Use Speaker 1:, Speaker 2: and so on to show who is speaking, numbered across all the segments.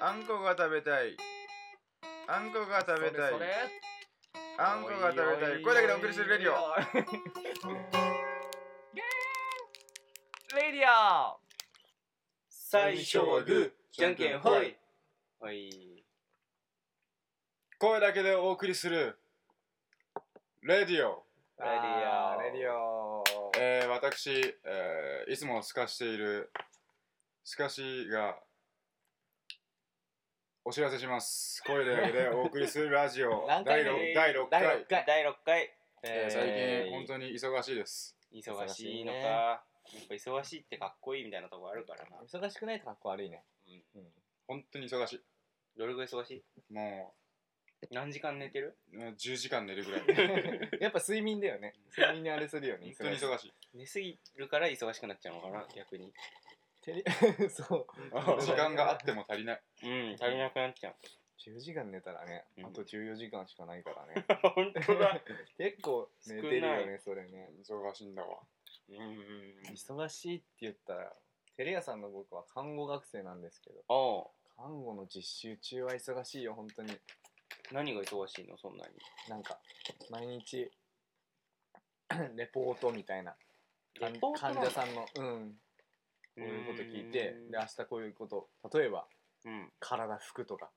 Speaker 1: あんこが食べたい。あんこが食べたい
Speaker 2: そ。れ
Speaker 1: あんこが食べたい。これだけでお送りするレディオ。
Speaker 2: レディオ
Speaker 3: 最初はグー、じゃんけんほい。はい。
Speaker 1: 声だけでお送りする。レディオ。
Speaker 3: レディオ。
Speaker 2: レディオ
Speaker 1: えー、私、えー、いつもすかしている、すかしが、お知らせします。声だけでお送りするラジオ
Speaker 3: 何
Speaker 1: 第
Speaker 3: 回
Speaker 1: 六
Speaker 3: 目
Speaker 1: 第6
Speaker 3: 第
Speaker 1: 回
Speaker 3: 6。回。第6回。
Speaker 1: えー最近、本
Speaker 3: に。
Speaker 1: 当に忙しいです。
Speaker 3: 忙しいの
Speaker 2: 忙
Speaker 3: か。
Speaker 2: しいね
Speaker 3: やっぱ忙しいってかっこいいみたいなとこあるからな。
Speaker 2: 忙しくないとかっこ悪いね。
Speaker 1: 本当に忙し
Speaker 3: どれぐらい忙しい
Speaker 1: い。も
Speaker 3: 何時間寝てる
Speaker 1: う、うん10時間寝るぐらい。
Speaker 2: やっぱ睡眠だよね。睡眠にあれするよね
Speaker 1: 本。当に忙しい。
Speaker 3: 寝すぎるから忙しくなっちゃうのかな、逆に。
Speaker 2: テレ そう。
Speaker 1: 時間があっても足りない。
Speaker 3: うん、足りなくなっちゃう。
Speaker 2: 10時間寝たらね、
Speaker 3: うん
Speaker 2: あと14時間しかないからね。
Speaker 3: 本 当だ。
Speaker 2: 結構寝てるよね、それね。
Speaker 1: 忙しいんだわ。
Speaker 3: うん。
Speaker 2: 忙しいって言ったら、テレ屋さんの僕は看護学生なんですけど、
Speaker 3: ああ、
Speaker 2: 看護の実習中は忙しいよ、本当に。
Speaker 3: 何が忙しいの、そんなに。
Speaker 2: なんか、毎日、 レポートみたいな。患
Speaker 3: レポート
Speaker 2: 患
Speaker 3: なの
Speaker 2: 者さんの、うん。こういうこと聞いて、
Speaker 3: うん
Speaker 2: で、明日こういうこと、例えば、
Speaker 3: うん。
Speaker 2: 体拭くとか、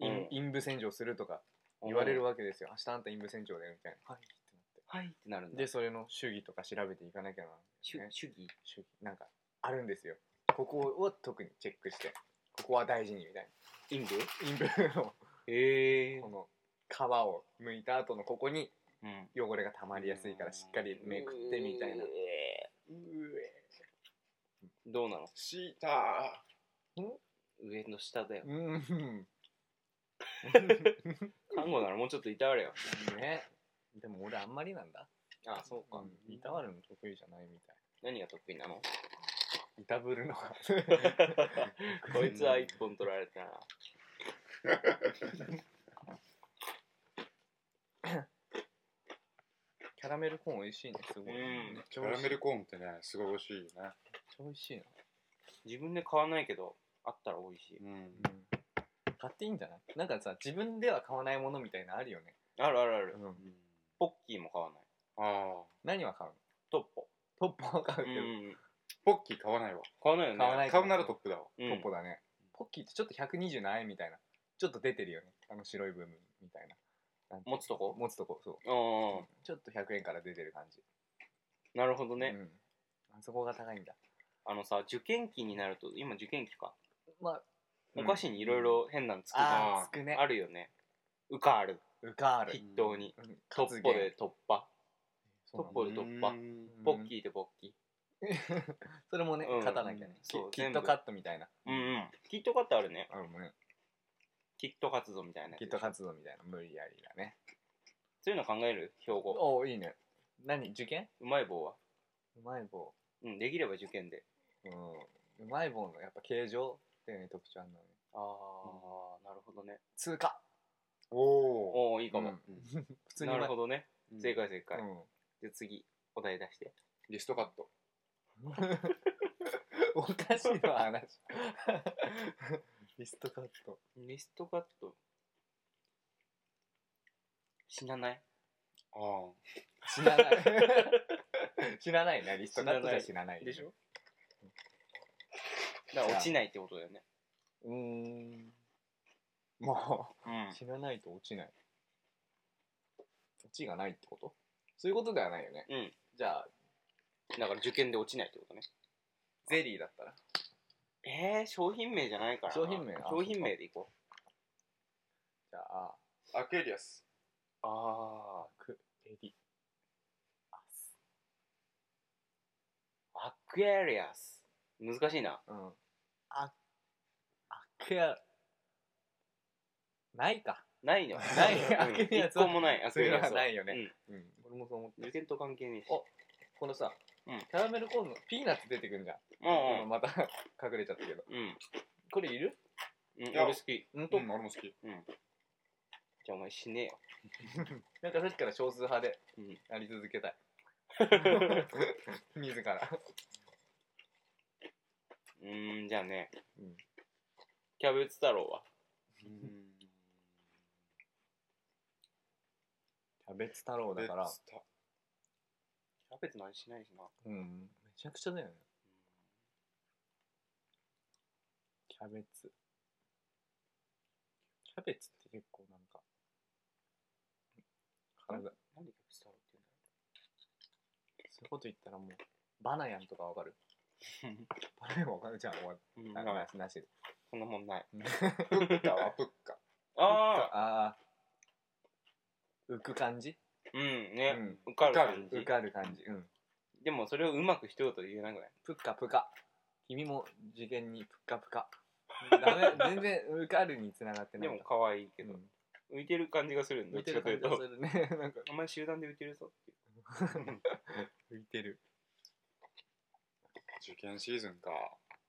Speaker 2: 陰
Speaker 3: うん
Speaker 2: 陰部洗浄するとか言われるわけですよ。明日あんた陰部洗浄だよ、みたいな。はい。ってなって。
Speaker 3: はいってなるんだ。
Speaker 2: で、それの主義とか調べていかなきゃならない
Speaker 3: 主
Speaker 2: ね
Speaker 3: 主義
Speaker 2: 主義。なんか、あるんですよ。ここを特にチェックして、ここは大事に、みたい
Speaker 3: 陰部
Speaker 2: な。陰部の、
Speaker 3: ええ
Speaker 2: この、皮を剥いた後のここに
Speaker 3: うん。
Speaker 2: 汚れが溜まりやすいからしっかりめくってみたいな。
Speaker 3: どうなの
Speaker 1: シーター。
Speaker 3: 上の下だよ。
Speaker 2: うん。
Speaker 3: 看護ならもうちょっといたわれよ。
Speaker 2: ね。でも俺あんまりなんだ。
Speaker 3: あ、そうか。
Speaker 2: うんいたわるの得意じゃないみたい。
Speaker 3: 何が得意なの
Speaker 2: いたぶるのが。
Speaker 3: こいつは一本取られたな。
Speaker 2: キャラメルコーン美味しいね、すごい。
Speaker 3: うん
Speaker 2: めっち
Speaker 1: キ
Speaker 2: ゃ
Speaker 1: ャ
Speaker 2: 美
Speaker 1: ラ
Speaker 2: 味しい。
Speaker 1: メ
Speaker 2: めっ
Speaker 1: ルコーンってね、すごい美味しいよね。
Speaker 2: ちゃ美味しいな。
Speaker 3: 自分で買わないけど、あったら美味しい。
Speaker 1: うん。
Speaker 2: うん買っていいんじゃないなんかさ、自分では買わないものみたいなのあるよね。
Speaker 3: あるあるある。
Speaker 1: うん
Speaker 3: ポッキーも買わない。
Speaker 1: ああ。
Speaker 2: 何は買うの
Speaker 3: トッポ。
Speaker 2: トッポは 買うけど、
Speaker 1: ポッキー買わないわ。
Speaker 3: 買わないよね。
Speaker 2: 買わない
Speaker 1: 買うならトップだわ。
Speaker 3: うん
Speaker 2: トッポだね。ポッキーってちょっと120ないみたいな。ちょっと出てるよね。あの白い部分みたいな。なんていうの
Speaker 3: 持つとこ
Speaker 2: 持つとこ、そう。
Speaker 3: ああ、
Speaker 2: ちょっと100円から出てる感じ。
Speaker 3: なるほどね。
Speaker 2: うん。あそこが高いんだ。
Speaker 3: あのさ、受験期になると、今受験期か。
Speaker 2: まあ、
Speaker 3: お菓子にいろいろ変なのつくじゃん
Speaker 2: ああ、つくね。
Speaker 3: あるよね。ウカール、
Speaker 2: うかある
Speaker 3: 筆。頭に。
Speaker 2: うん
Speaker 3: トッポで。突破。
Speaker 2: そうな
Speaker 3: トッ
Speaker 2: んだ
Speaker 3: ポで突破
Speaker 1: うん
Speaker 3: ポッキーでポッキー。
Speaker 2: それもね、
Speaker 3: うん
Speaker 2: 勝たなきゃね。き
Speaker 3: そう
Speaker 2: キ
Speaker 3: 全
Speaker 2: ッ
Speaker 3: 部
Speaker 2: トカットみたいな。
Speaker 3: うんうん。キットカットあるね。
Speaker 2: あるもんね。
Speaker 3: キットカツ丼みたいなやつ。
Speaker 2: キットカツ丼みたいな。無理やりだね。
Speaker 3: そういうの考える標語。
Speaker 2: おお、いいね。何受験
Speaker 3: うまい棒は。
Speaker 2: うまい棒。
Speaker 3: うん、できれば受験で。
Speaker 2: うん。うまい棒のやっぱ形状ってね、特徴あるのね。
Speaker 3: ああ、なるほどね。
Speaker 2: 通過。
Speaker 1: おお。
Speaker 3: おお、いいかも。
Speaker 2: うん普通に
Speaker 3: な
Speaker 2: うま
Speaker 3: る
Speaker 2: い
Speaker 3: ほどね。正解正
Speaker 2: う
Speaker 3: 解。じゃあ次、お題出して。
Speaker 1: リストカット。
Speaker 2: ん。 お菓子の話。 リストカット。
Speaker 3: リストカット。死なない
Speaker 1: あ
Speaker 2: 死な ない。死なないな、リストカットじゃ死なない。
Speaker 3: でしょだから落ちないってことだよね。
Speaker 2: うーん。ま
Speaker 3: う
Speaker 2: あ、
Speaker 3: ん。
Speaker 2: 死なないと落ちない。落ちがないってことそういうことではないよね。
Speaker 3: うん。
Speaker 2: じゃあ、
Speaker 3: だから受験で落ちないってことね。
Speaker 2: ゼリーだったら。
Speaker 3: えー、商品名じゃないからな。
Speaker 2: 商品名あ
Speaker 3: 商品名でいこ
Speaker 2: じゃあ、
Speaker 1: あ。アクエリアス。
Speaker 3: う。あ
Speaker 2: く、レディ。アス。
Speaker 3: ー、アクエリアス。難しいな。
Speaker 2: うん。あ、あくアないか。
Speaker 3: ないの。
Speaker 2: ない
Speaker 3: うん
Speaker 2: アクエリアス
Speaker 3: 一個もない。ア
Speaker 2: そういうのは
Speaker 3: アスは
Speaker 2: ないよね
Speaker 3: うん
Speaker 2: うん。俺もそう思っ
Speaker 3: 受験と関係ねえし。
Speaker 2: おこのさ、
Speaker 3: うん
Speaker 2: キャラメルコーンのピーナッツ出てくんじゃん。
Speaker 3: うんうん
Speaker 2: また 隠れちゃったけど。
Speaker 3: うん。
Speaker 2: これいる
Speaker 3: うん、
Speaker 1: や
Speaker 3: 俺好き。
Speaker 2: うん
Speaker 1: うん、俺も好き。
Speaker 3: じゃあお前死ね
Speaker 2: なんかさっきから少数派で
Speaker 3: うん
Speaker 2: やり続け たい。
Speaker 3: えよ。
Speaker 2: 自ら。
Speaker 3: うーん、じゃあね。
Speaker 2: うん
Speaker 3: キャベツ太郎は
Speaker 2: キャベツ太郎だから、
Speaker 3: キャベツの味しないしな
Speaker 2: うん、めちゃくちゃだよね。キャベツ。キャベツって結構なんか、体、
Speaker 3: なんでキャベツ太郎って言うんだ
Speaker 2: そういうこと言ったらもう、バナヤンとかわ かるバナヤンわかるじゃん、お前。
Speaker 3: ろう、うん、
Speaker 2: な
Speaker 3: なんん
Speaker 2: か
Speaker 3: か
Speaker 2: なしなしで。
Speaker 3: そんなもんない
Speaker 1: プッカはプッカ。
Speaker 3: ああ
Speaker 2: あー、浮く感じ
Speaker 3: うん
Speaker 2: う
Speaker 3: ね、
Speaker 2: ん。
Speaker 3: 受かる
Speaker 1: 受かる
Speaker 2: 浮か
Speaker 3: 感じ
Speaker 2: る感じ。うん。
Speaker 3: でもそれをうまく一言言えなくない
Speaker 2: ぷかぷか。君も次元にぷかぷか。 ダメ、全然浮かるに繋がってな
Speaker 3: で
Speaker 2: い。
Speaker 3: も可愛いけど、
Speaker 2: うん
Speaker 3: 浮いてる感じがするんだ
Speaker 2: 浮
Speaker 3: どっ
Speaker 2: いて
Speaker 3: ちか
Speaker 2: る
Speaker 3: とい
Speaker 2: 感じが
Speaker 3: うと
Speaker 2: するね。 なんか
Speaker 3: お前集団で浮いてるぞっていう
Speaker 2: 浮いてる。
Speaker 1: 受験シーズンか。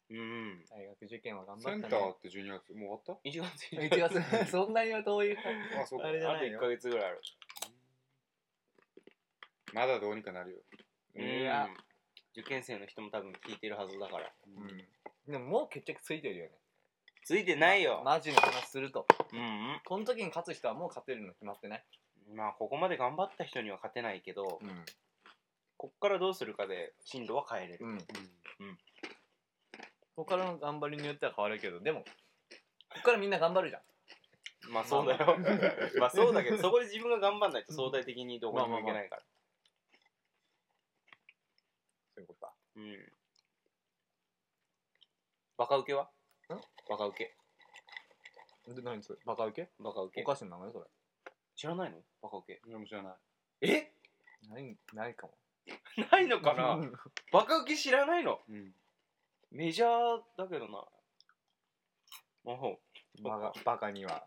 Speaker 3: うん
Speaker 2: 大学受験は頑
Speaker 1: セ
Speaker 2: 張
Speaker 1: ン
Speaker 2: っ
Speaker 1: タ
Speaker 2: た
Speaker 1: ーって12月、もう終わっ
Speaker 3: 1月
Speaker 2: ね。1月、 そんなには遠い。
Speaker 1: たあ、そうか
Speaker 2: あ。れじゃ
Speaker 3: あ
Speaker 2: な
Speaker 3: と
Speaker 2: い
Speaker 3: 1
Speaker 2: よ
Speaker 3: ヶ。月ぐらいある
Speaker 1: まだどうにかなるよ。
Speaker 2: うわ
Speaker 3: うん受験生の人も多分聞いてるはずだから
Speaker 2: うん。でももう決着ついてるよね。
Speaker 3: ついてないよ、
Speaker 2: マジの話すると。
Speaker 3: うん
Speaker 2: この時に勝つ人はもう勝てるの決まってない。
Speaker 3: うんまあここまで頑張った人には勝てないけど、
Speaker 2: ん。
Speaker 3: こっからどうするかで進路は変えれる、
Speaker 2: うん。
Speaker 1: う
Speaker 2: ここからの頑張りによっては変わるけど、でも、ここからみんな頑張るじゃん。
Speaker 3: まあそうだよ まあそうだけどそこで自分が頑張んないと相対的にどこにもいけないから、
Speaker 2: そういうことか。
Speaker 3: うんバカ受けはバカ受け
Speaker 2: で、何それバカ受け
Speaker 3: バカ受
Speaker 2: お
Speaker 3: け
Speaker 2: 菓子の名前それ。
Speaker 3: 知らないのバカ受け
Speaker 1: ん。でも知らない。
Speaker 3: え
Speaker 2: ない、ないかも。
Speaker 3: ないのかなバカ受け知らないの
Speaker 1: うん。
Speaker 3: メジャーだけどなおほ
Speaker 2: バカ、バカには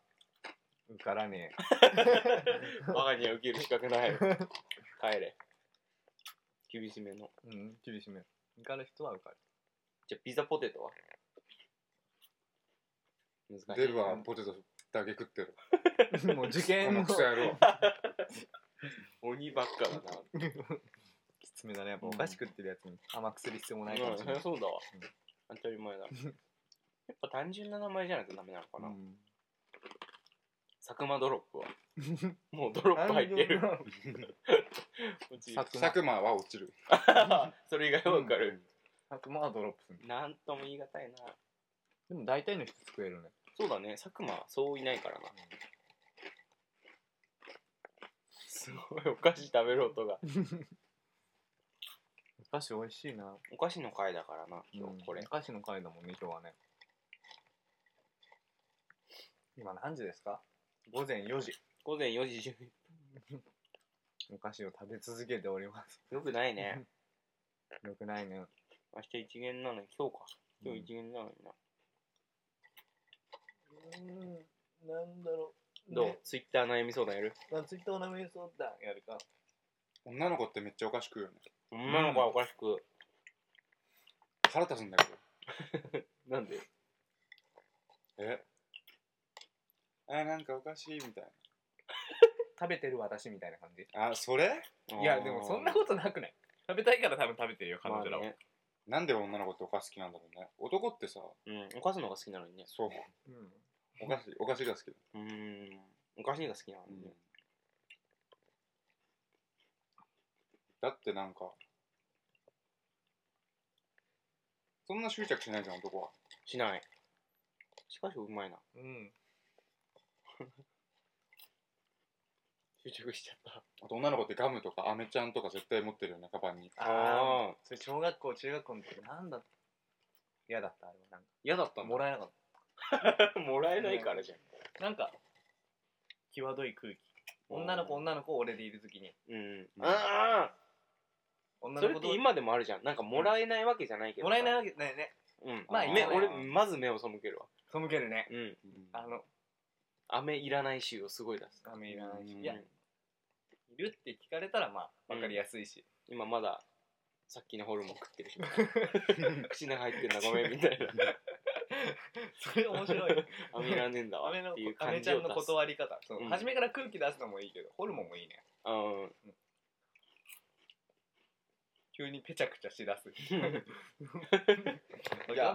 Speaker 2: 受からねえ。
Speaker 3: バカには受ける資格ない帰れ厳しめの
Speaker 2: うん、厳しめ。受かる人は受かる。
Speaker 3: じゃあピザポテトは難しい
Speaker 1: デブはポテトだけ食ってる。
Speaker 2: もう受
Speaker 1: こ
Speaker 2: 験
Speaker 1: の
Speaker 2: の
Speaker 1: クソ野郎。
Speaker 3: 鬼ばっかだな
Speaker 2: きつめだねやっぱお菓子食ってるやつに甘くする必要もないか
Speaker 3: う
Speaker 2: も
Speaker 3: ん、
Speaker 2: し
Speaker 3: そ
Speaker 2: れ
Speaker 3: り
Speaker 2: な
Speaker 3: ゃ
Speaker 2: い、
Speaker 3: そうだわ、当たり 前だやっぱ単純な名前じゃないとダメなのかな、
Speaker 2: うん
Speaker 3: 佐久間ドロップ はもうドロップ入ってる落ち
Speaker 1: 佐
Speaker 2: 佐久
Speaker 1: 久間は落ちる。
Speaker 2: 間
Speaker 3: それ以外は分かる、
Speaker 2: 佐久間はドロップする
Speaker 3: なんとも言い難いな
Speaker 2: でも大体の人作れるね
Speaker 3: そうだね佐久間はそういないからな、すごいお菓子食べる音が
Speaker 2: お菓子美味しいな
Speaker 3: お菓子の回だからな今日これ、
Speaker 2: お菓子の回だもんね今日はね今何時ですか午前4時
Speaker 3: 午前4時10分
Speaker 2: お菓子を食べ続けております
Speaker 3: よくないね
Speaker 2: よくないね
Speaker 3: 明日一元なのに今日か今日一元なのにな、
Speaker 2: うんなんだろ
Speaker 3: どうツイッター悩み相談やる
Speaker 2: うツイッターのメそうだやるか
Speaker 1: 女の子ってめっちゃおかしくよね。
Speaker 3: 女の子はおかしく、
Speaker 1: 腹立つんだけど。
Speaker 3: なんで
Speaker 1: えあ、なんかおかしいみたい
Speaker 2: 食べてる私みたいな感じ
Speaker 1: な。あ、それ
Speaker 2: いやでもそんなことなくない食べたいから多分食べてるよ彼女らは、
Speaker 3: まあね
Speaker 1: なんで女の子ってお菓子好きなんだろうね。男ってさ、
Speaker 3: うん、お菓子の方が好きなのにね。
Speaker 1: そう、お菓子、お菓子が好きだ。
Speaker 3: うーん、お菓子が好きなのにね。
Speaker 1: だってなんか、そんな執着しないじゃん、男は。
Speaker 3: しない。しかし、うまいな。
Speaker 2: うん、うん、
Speaker 3: 執着しちゃった。
Speaker 1: あと女の子ってガムとかアメちゃんとか絶対持ってるよね、カバンに。
Speaker 2: ああ
Speaker 3: ああ、
Speaker 2: それ小学校中学校の時なんだ嫌だったあれはなん
Speaker 3: 嫌だった
Speaker 2: か
Speaker 3: んだ
Speaker 2: も。らえなかっ
Speaker 3: もらえないからじゃん。
Speaker 2: たなんか際どい空気女の子女の子俺でいる時に
Speaker 3: うん。
Speaker 1: うん
Speaker 3: ああ、
Speaker 2: 女
Speaker 3: そ
Speaker 2: の
Speaker 3: れ
Speaker 2: 子
Speaker 3: って
Speaker 2: 同士
Speaker 3: 今でもあるじゃん。なんかもらえないわけじゃないけど。
Speaker 2: もらえない
Speaker 3: い。
Speaker 2: わけないね
Speaker 3: うん。
Speaker 2: まあ
Speaker 3: 目
Speaker 2: 今は
Speaker 3: 俺、まず目を背けるわ。
Speaker 2: 背けるね
Speaker 3: うん。
Speaker 1: うん
Speaker 2: あの
Speaker 3: 飴いらない臭をすごい出す。
Speaker 2: 雨いらないし
Speaker 1: うん
Speaker 2: いやいるって聞かれたらまあ分かりやすいし、
Speaker 3: 今まだ、さっきのホルモン 食ってるし。口の中入ってんだ、ごめん、みたいな。
Speaker 2: それ面白いよ
Speaker 3: 飴いらねえんだわ。
Speaker 2: 雨の
Speaker 3: っていう
Speaker 2: 雨
Speaker 3: 感
Speaker 2: ち
Speaker 3: じ
Speaker 2: ゃ
Speaker 3: を
Speaker 2: ん
Speaker 3: 出
Speaker 2: の
Speaker 3: す。
Speaker 2: 断り方そう
Speaker 3: うん
Speaker 2: 初めから空気出すのもいいけどホルモンもいいね
Speaker 3: うん。
Speaker 2: 急にペチャクチャしだす
Speaker 3: いや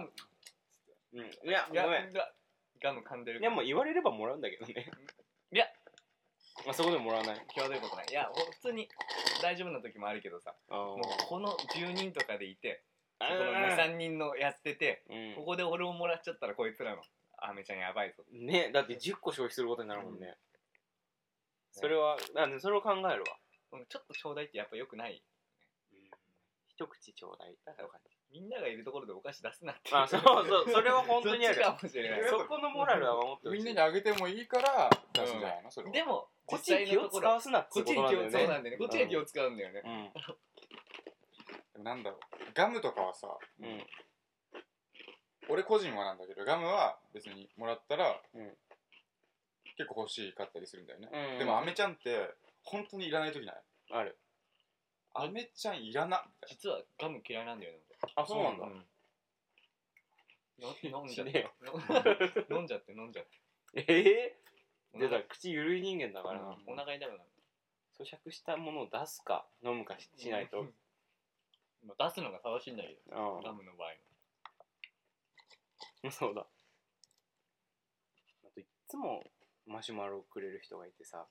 Speaker 2: ガム
Speaker 3: うん、いや、
Speaker 2: いや
Speaker 3: ごめん。
Speaker 2: がガム噛んでる
Speaker 3: いやもう言われればもらうんだけどね
Speaker 2: いや
Speaker 3: あそこでもらわない
Speaker 2: 際どいことないいや普通に大丈夫な時もあるけどさ
Speaker 3: あー
Speaker 2: もうこの10人とかでいて
Speaker 3: あ
Speaker 2: この
Speaker 3: ー
Speaker 2: 23人のやってて
Speaker 3: うん
Speaker 2: ここで俺をもらっちゃったらこいつらのアメちゃんやばいぞ
Speaker 3: ねだって10個消費することになるもんね、それはあねそれを考えるわ、
Speaker 2: うんちょっとちょうだいってやっぱよくない
Speaker 3: 一口ちょうだいって感じ
Speaker 2: みんながいるところでお菓子出すなって
Speaker 3: あそうそうそれは本当にあ る
Speaker 2: そっちかもしれない
Speaker 3: そこのモラルは守ってほし
Speaker 1: み
Speaker 3: い
Speaker 1: んなにあげてもいいから出すんじゃないのそれは
Speaker 2: でも
Speaker 3: こっちに気を使わすなっ
Speaker 2: こ
Speaker 3: て
Speaker 2: っ
Speaker 3: こ
Speaker 2: ちに
Speaker 3: となん
Speaker 2: 気
Speaker 3: だ
Speaker 2: を
Speaker 3: よ
Speaker 2: そうな
Speaker 3: ね
Speaker 2: んだよねこっちに気を使うんだよね
Speaker 1: でもなんだろうガムとかはさ
Speaker 3: うんうん
Speaker 1: 俺個人はなんだけどガムは別にもらったら、
Speaker 3: うん
Speaker 1: 結構欲しかったりするんだよね、
Speaker 3: うん
Speaker 1: でもアメちゃんって本当にいらない時ない
Speaker 3: ある
Speaker 1: アメちゃんいらなみたい
Speaker 2: 実はガム嫌いなんだよね
Speaker 3: あそうなんだ、
Speaker 2: 俺うんの飲んじゃっ
Speaker 3: 死ね
Speaker 2: て飲んじゃって飲んじゃって
Speaker 3: ええ
Speaker 2: お
Speaker 3: でだ
Speaker 2: 腹
Speaker 3: から口ゆるい人間だからな、
Speaker 2: うんお腹痛くなる
Speaker 3: 咀嚼したものを出すか飲むかししないと、
Speaker 2: うんまあ出すのが正しいんだけど
Speaker 3: うん
Speaker 2: ガムの場合は
Speaker 3: そうだ。あといっつもマシュマロをくれる人がいてさ、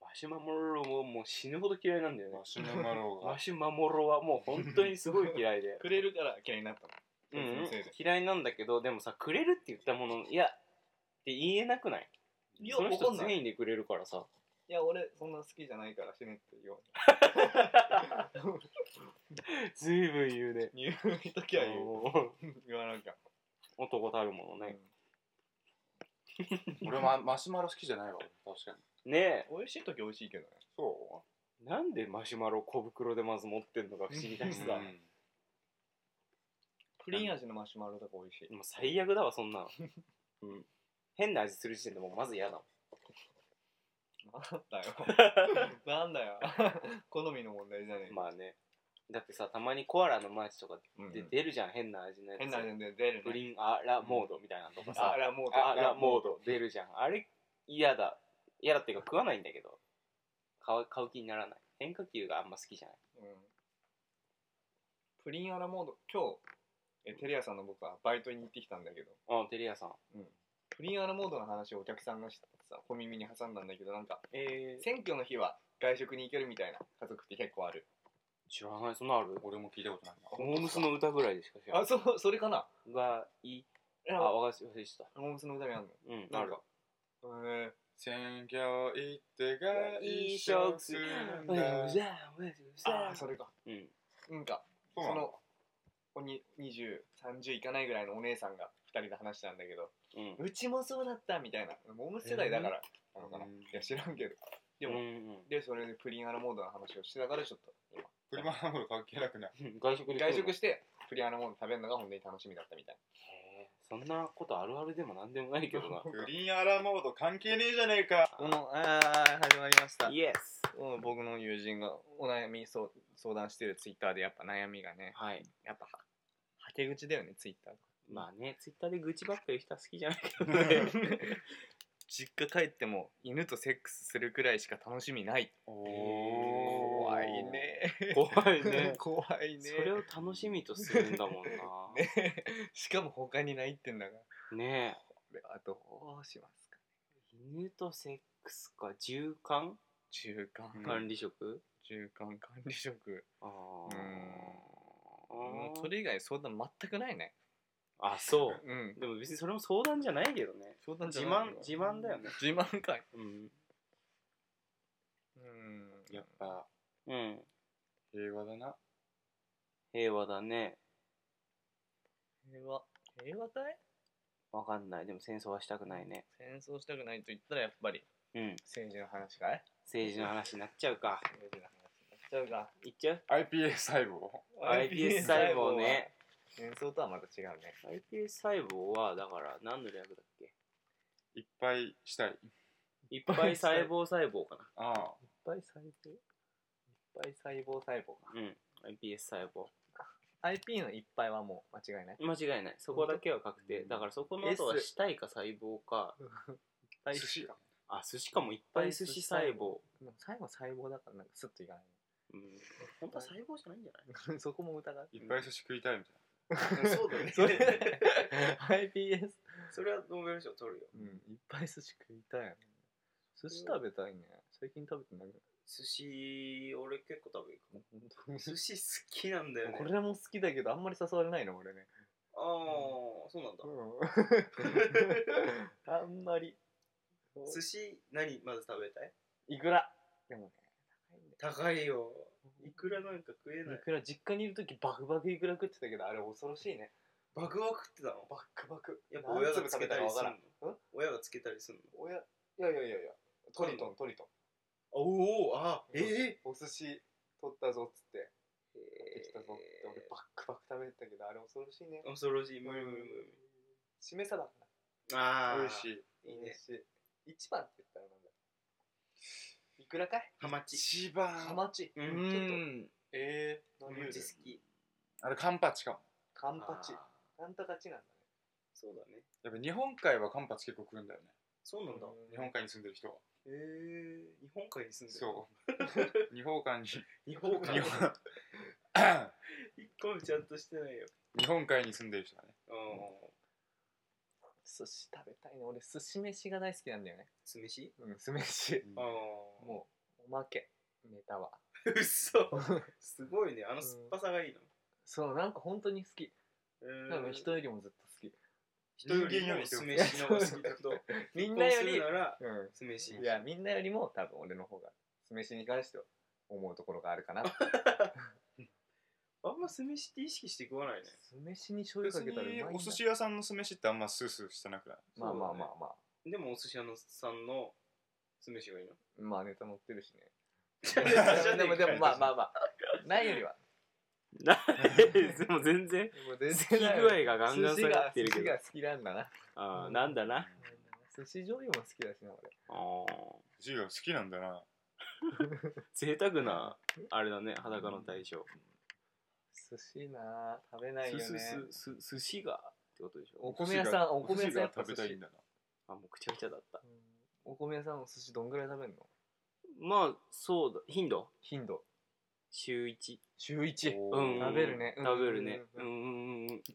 Speaker 3: マシュマロももう死ぬほど嫌いなんだよね
Speaker 1: な。マシュマロが
Speaker 3: マシュマロはもう本当にすごい嫌 いで。
Speaker 2: くれるから嫌いになったの
Speaker 3: う
Speaker 2: そいつの
Speaker 3: ん
Speaker 2: せいで
Speaker 3: 嫌いなんだけど、でもさ、くれるって言ったもの、いや、って言えなくない
Speaker 2: いや
Speaker 3: その
Speaker 2: 怒
Speaker 3: 人
Speaker 2: んない
Speaker 3: 全員でくれるからさ。
Speaker 2: いや俺そんな好きじゃないから死ねって言おう
Speaker 3: ずいぶん言うね。
Speaker 2: 言う時は言う
Speaker 3: もう
Speaker 2: 言わなきゃ
Speaker 3: 男たるものね。
Speaker 1: 俺ママシュマロ好きじゃないわ確かに
Speaker 3: ねえ、
Speaker 2: 美味しい時美味しいけどね
Speaker 1: そ
Speaker 3: なんでマシュマロを小袋でまず持ってんのか不思議だ
Speaker 1: う
Speaker 3: しさ。
Speaker 1: うん
Speaker 2: プリン味のマシュマロとか美味しい
Speaker 3: もう最悪だわそんなの、うん、変な味する時点でもうまず嫌だも ん
Speaker 2: なんだよなんだよ好みの問題じゃねえ
Speaker 3: まあねだってさたまにコアラのマーチとか
Speaker 2: うん
Speaker 3: で出るじゃん、変な味のやつ
Speaker 2: 変なので出る
Speaker 3: グ
Speaker 2: ね
Speaker 3: リーンアラモードみたいなのとか
Speaker 2: あ
Speaker 3: さ、
Speaker 2: らもう
Speaker 3: アラモード出るじゃんあれ嫌だ嫌だっていうか食わないんだけど買う買う気にならない変化球があんま好きじゃない
Speaker 2: うんプリンアラモード今日えテレ屋さんの僕はバイトに行ってきたんだけど
Speaker 3: あテレ屋さん
Speaker 2: プリンアラモードの話をお客さんがしてさ小耳に挟んだんだけどなんか
Speaker 3: え
Speaker 2: 選挙の日は外食に行けるみたいな家族って結構ある
Speaker 3: 知らないそんなのある
Speaker 1: 俺も聞いたことないな
Speaker 3: モームスの歌ぐらいでしか知らな
Speaker 2: あ
Speaker 3: い
Speaker 2: そうそれかな
Speaker 3: がいい
Speaker 2: え
Speaker 3: あわかりました
Speaker 2: モームスの歌にある
Speaker 3: うん
Speaker 2: の
Speaker 3: あ
Speaker 2: なん
Speaker 3: る
Speaker 2: かえ
Speaker 1: 選挙行ってが
Speaker 3: いい
Speaker 1: 一
Speaker 3: 食
Speaker 1: 食
Speaker 3: す
Speaker 1: す
Speaker 3: る
Speaker 1: る
Speaker 3: ん
Speaker 1: ん
Speaker 3: だ
Speaker 1: だそう
Speaker 2: ー、あーそれか
Speaker 3: うん
Speaker 2: なんかそ
Speaker 1: なの
Speaker 2: のここに2030いかないぐらいのお姉さんが2人で話したんだけど
Speaker 3: うん
Speaker 2: うちもそうだったみたいなモームス世代だからなのかな、
Speaker 1: うん
Speaker 2: いや知らんけどでも、
Speaker 3: うんうん
Speaker 2: でそれでプリンアラモードの話をしながらちょっと今
Speaker 1: プリマラモード関係なくない
Speaker 3: うん外食で
Speaker 2: 外食
Speaker 3: し
Speaker 2: してプリンアラモード食べるのが本当に楽しみだったみたい
Speaker 3: そんなことあるあるでもなんでもない けどな
Speaker 1: グリーンアラモード関係ねえじゃねえか
Speaker 2: なこのあー始まりました
Speaker 3: イエス
Speaker 2: うん僕の友人がお悩みそう相談してるツイッターでやっぱ悩みがね
Speaker 3: はい
Speaker 2: やっぱははけ口だよねツイッター
Speaker 3: まあねツイッターで愚痴ばっかり言う人は好きじゃない けどね
Speaker 2: 実家帰っても犬とセックスするくらいしか楽しみない
Speaker 1: ー
Speaker 2: 怖いね
Speaker 3: 怖いね
Speaker 2: 怖いね
Speaker 3: それを楽しみとするんだもんな
Speaker 2: ね しかも他にないってんだから
Speaker 3: ね
Speaker 2: これはどうしますか
Speaker 3: え犬とセックスか循環
Speaker 2: 中間、
Speaker 1: うん
Speaker 3: 管理職、
Speaker 2: 中間管理職、
Speaker 3: あ
Speaker 2: もう
Speaker 3: あ
Speaker 2: それ以外相談全くないね
Speaker 3: あそう
Speaker 2: うん
Speaker 3: でも別にそれも相談じゃないけどね
Speaker 2: 相談じゃ
Speaker 3: 自
Speaker 2: ない
Speaker 3: 慢自慢だよね
Speaker 2: 自慢かい
Speaker 3: うん、
Speaker 2: うん
Speaker 1: やっぱ
Speaker 3: うん、
Speaker 1: 平和だな
Speaker 3: 平和だね
Speaker 2: 平和平和かい
Speaker 3: わかんないでも戦争はしたくないね
Speaker 2: 戦争したくないと言ったらやっぱり
Speaker 3: うん
Speaker 2: 政治の話かい
Speaker 3: 政治の話になっちゃうか
Speaker 2: 政治の話になっちゃうか
Speaker 3: いっちゃう
Speaker 1: iPA 細胞
Speaker 3: iPS 細胞ね
Speaker 2: 戦争とはまた違うね
Speaker 3: iPS 細胞はだから何の略だっけ
Speaker 1: いっぱいしたい
Speaker 3: いっぱい細胞細胞か
Speaker 1: ああ
Speaker 2: いっぱい細胞いっぱい細胞細胞か
Speaker 3: なうん iPS 細胞
Speaker 2: IP のいっぱいはもう間違いない
Speaker 3: 間違いないそこだけは確定だからそこの後は
Speaker 2: S
Speaker 3: したいか細胞か
Speaker 2: 最
Speaker 1: 寿司か
Speaker 3: あ寿司かもいっぱい寿司細胞
Speaker 2: 最後細胞だからなんかスッといかない
Speaker 3: うん本当は細胞じゃないんじゃない
Speaker 2: ね そこも疑う
Speaker 1: いっぱい寿司食いたいみたい
Speaker 3: そうだね。
Speaker 2: それ IPS
Speaker 3: それはノーベル賞取るよ。
Speaker 2: うんいっぱい寿司食いたいよね寿司食べたいね最近食べてない
Speaker 3: 寿司、俺結構食べるかも。
Speaker 2: 本当に
Speaker 3: 寿司好きなんだよね。
Speaker 2: これも好きだけどあんまり誘われないの俺ね
Speaker 3: ああ、そうなんだ。
Speaker 2: あん まり
Speaker 3: 寿司、何まず食べたい
Speaker 2: いくらでもね高いんだよ
Speaker 3: 高いよ。いくらなんか食えない
Speaker 2: い。くら実家にいる時バクバクいくら食ってたけどあれ恐ろしいね
Speaker 3: バクバクってたの
Speaker 2: バックバク
Speaker 3: やっぱ親がつけたり
Speaker 2: 何粒食べたか
Speaker 3: する
Speaker 2: 分からん
Speaker 3: の
Speaker 2: ん
Speaker 3: 親がつけたりするの
Speaker 2: 親いやいやいやいやトリトントリトン
Speaker 3: おおあええ
Speaker 2: お寿司取ったぞっつってできたぞって俺
Speaker 3: え
Speaker 2: バックバック食べてたけどあれ恐ろしいね
Speaker 3: ー恐ろしい無理無理無
Speaker 2: しめさば
Speaker 3: 理ああ
Speaker 1: 美味し
Speaker 3: い
Speaker 1: い
Speaker 2: 美
Speaker 3: いい
Speaker 2: 味
Speaker 3: ね
Speaker 2: しい一番って言ったらなんだいくらかい
Speaker 3: ハマチ
Speaker 1: 一番
Speaker 2: ハマチ
Speaker 3: う
Speaker 1: うんんええ
Speaker 3: ハ
Speaker 1: ー、
Speaker 3: マ
Speaker 1: 何
Speaker 3: チ
Speaker 1: で
Speaker 3: 好き
Speaker 1: あれカンパチかも
Speaker 2: カンパチ
Speaker 3: あ
Speaker 2: なんとかチなんだね
Speaker 3: ーそうだね
Speaker 1: やっぱ日本海はカンパチ結構食うんだよね
Speaker 3: そうなんだ
Speaker 2: うん
Speaker 1: 日本海に住んでる人は
Speaker 3: へえ日本海に住んでる
Speaker 1: そう 日本海に日
Speaker 3: 日本 海
Speaker 1: 本
Speaker 3: 一個もちゃんとしてないよ
Speaker 1: 日本海に住んでる人はね
Speaker 3: うん
Speaker 2: 寿司食べたいね俺寿司飯が大好きなんだよね
Speaker 3: 酢飯
Speaker 2: うん酢飯
Speaker 3: ああ
Speaker 2: もうおまけネタは
Speaker 3: うそすごいねあの酸っぱさがいいの
Speaker 2: そうなんか本当に好き
Speaker 3: え
Speaker 2: 多分
Speaker 3: ー
Speaker 2: 人よりもずっと好き
Speaker 3: 人よりも酢飯の方が好きだと
Speaker 2: みんなよ
Speaker 3: 結婚す
Speaker 2: り
Speaker 3: るなら
Speaker 2: う
Speaker 3: 酢飯
Speaker 2: んいやみんなよりも多分俺の方が酢飯に関しては思うところがあるかな
Speaker 3: あんま酢飯って意識して食わないね
Speaker 2: 酢飯に醤
Speaker 1: 別
Speaker 2: 油かけたらうまい
Speaker 1: に
Speaker 2: ん
Speaker 1: お
Speaker 2: だ
Speaker 1: 寿司屋さんの酢飯ってあんまスースーしてなくない
Speaker 2: まあまあまあまあ
Speaker 3: でもお寿司屋のさんの酢飯がいいの
Speaker 2: まあネタ載ってる しね
Speaker 3: で
Speaker 2: でもでもまあまあまあないよりは
Speaker 3: なでも全然
Speaker 2: もう
Speaker 3: 好
Speaker 2: 全
Speaker 3: き具
Speaker 2: 然ない よ
Speaker 3: 合がガンガン下がってるけ
Speaker 2: 寿司
Speaker 3: ど
Speaker 2: が好きなんだな
Speaker 3: あーなんだな
Speaker 2: 寿司醤油も好きだしな俺
Speaker 3: あ
Speaker 1: ジーが好きなんだな
Speaker 3: ー贅沢なあれだね裸の対象
Speaker 2: 寿司なあ食べないよ
Speaker 3: す
Speaker 2: ね
Speaker 3: すすす寿司がってことでし
Speaker 2: お
Speaker 3: ょ
Speaker 2: 米屋さんお
Speaker 1: お寿
Speaker 2: 米屋
Speaker 1: 司
Speaker 2: さんや
Speaker 1: が
Speaker 2: っぱ
Speaker 1: 食べ
Speaker 2: 寿司
Speaker 1: たいんだな
Speaker 3: あもうくちゃくちゃだった
Speaker 2: うんお米屋さんお寿司どんぐらい食べるの
Speaker 3: まあそうだ頻度
Speaker 2: 頻度
Speaker 3: 週1
Speaker 2: 週1
Speaker 1: おー
Speaker 3: うん
Speaker 2: 食べるね
Speaker 3: 食べるね
Speaker 2: う
Speaker 3: うんんうんうん
Speaker 2: って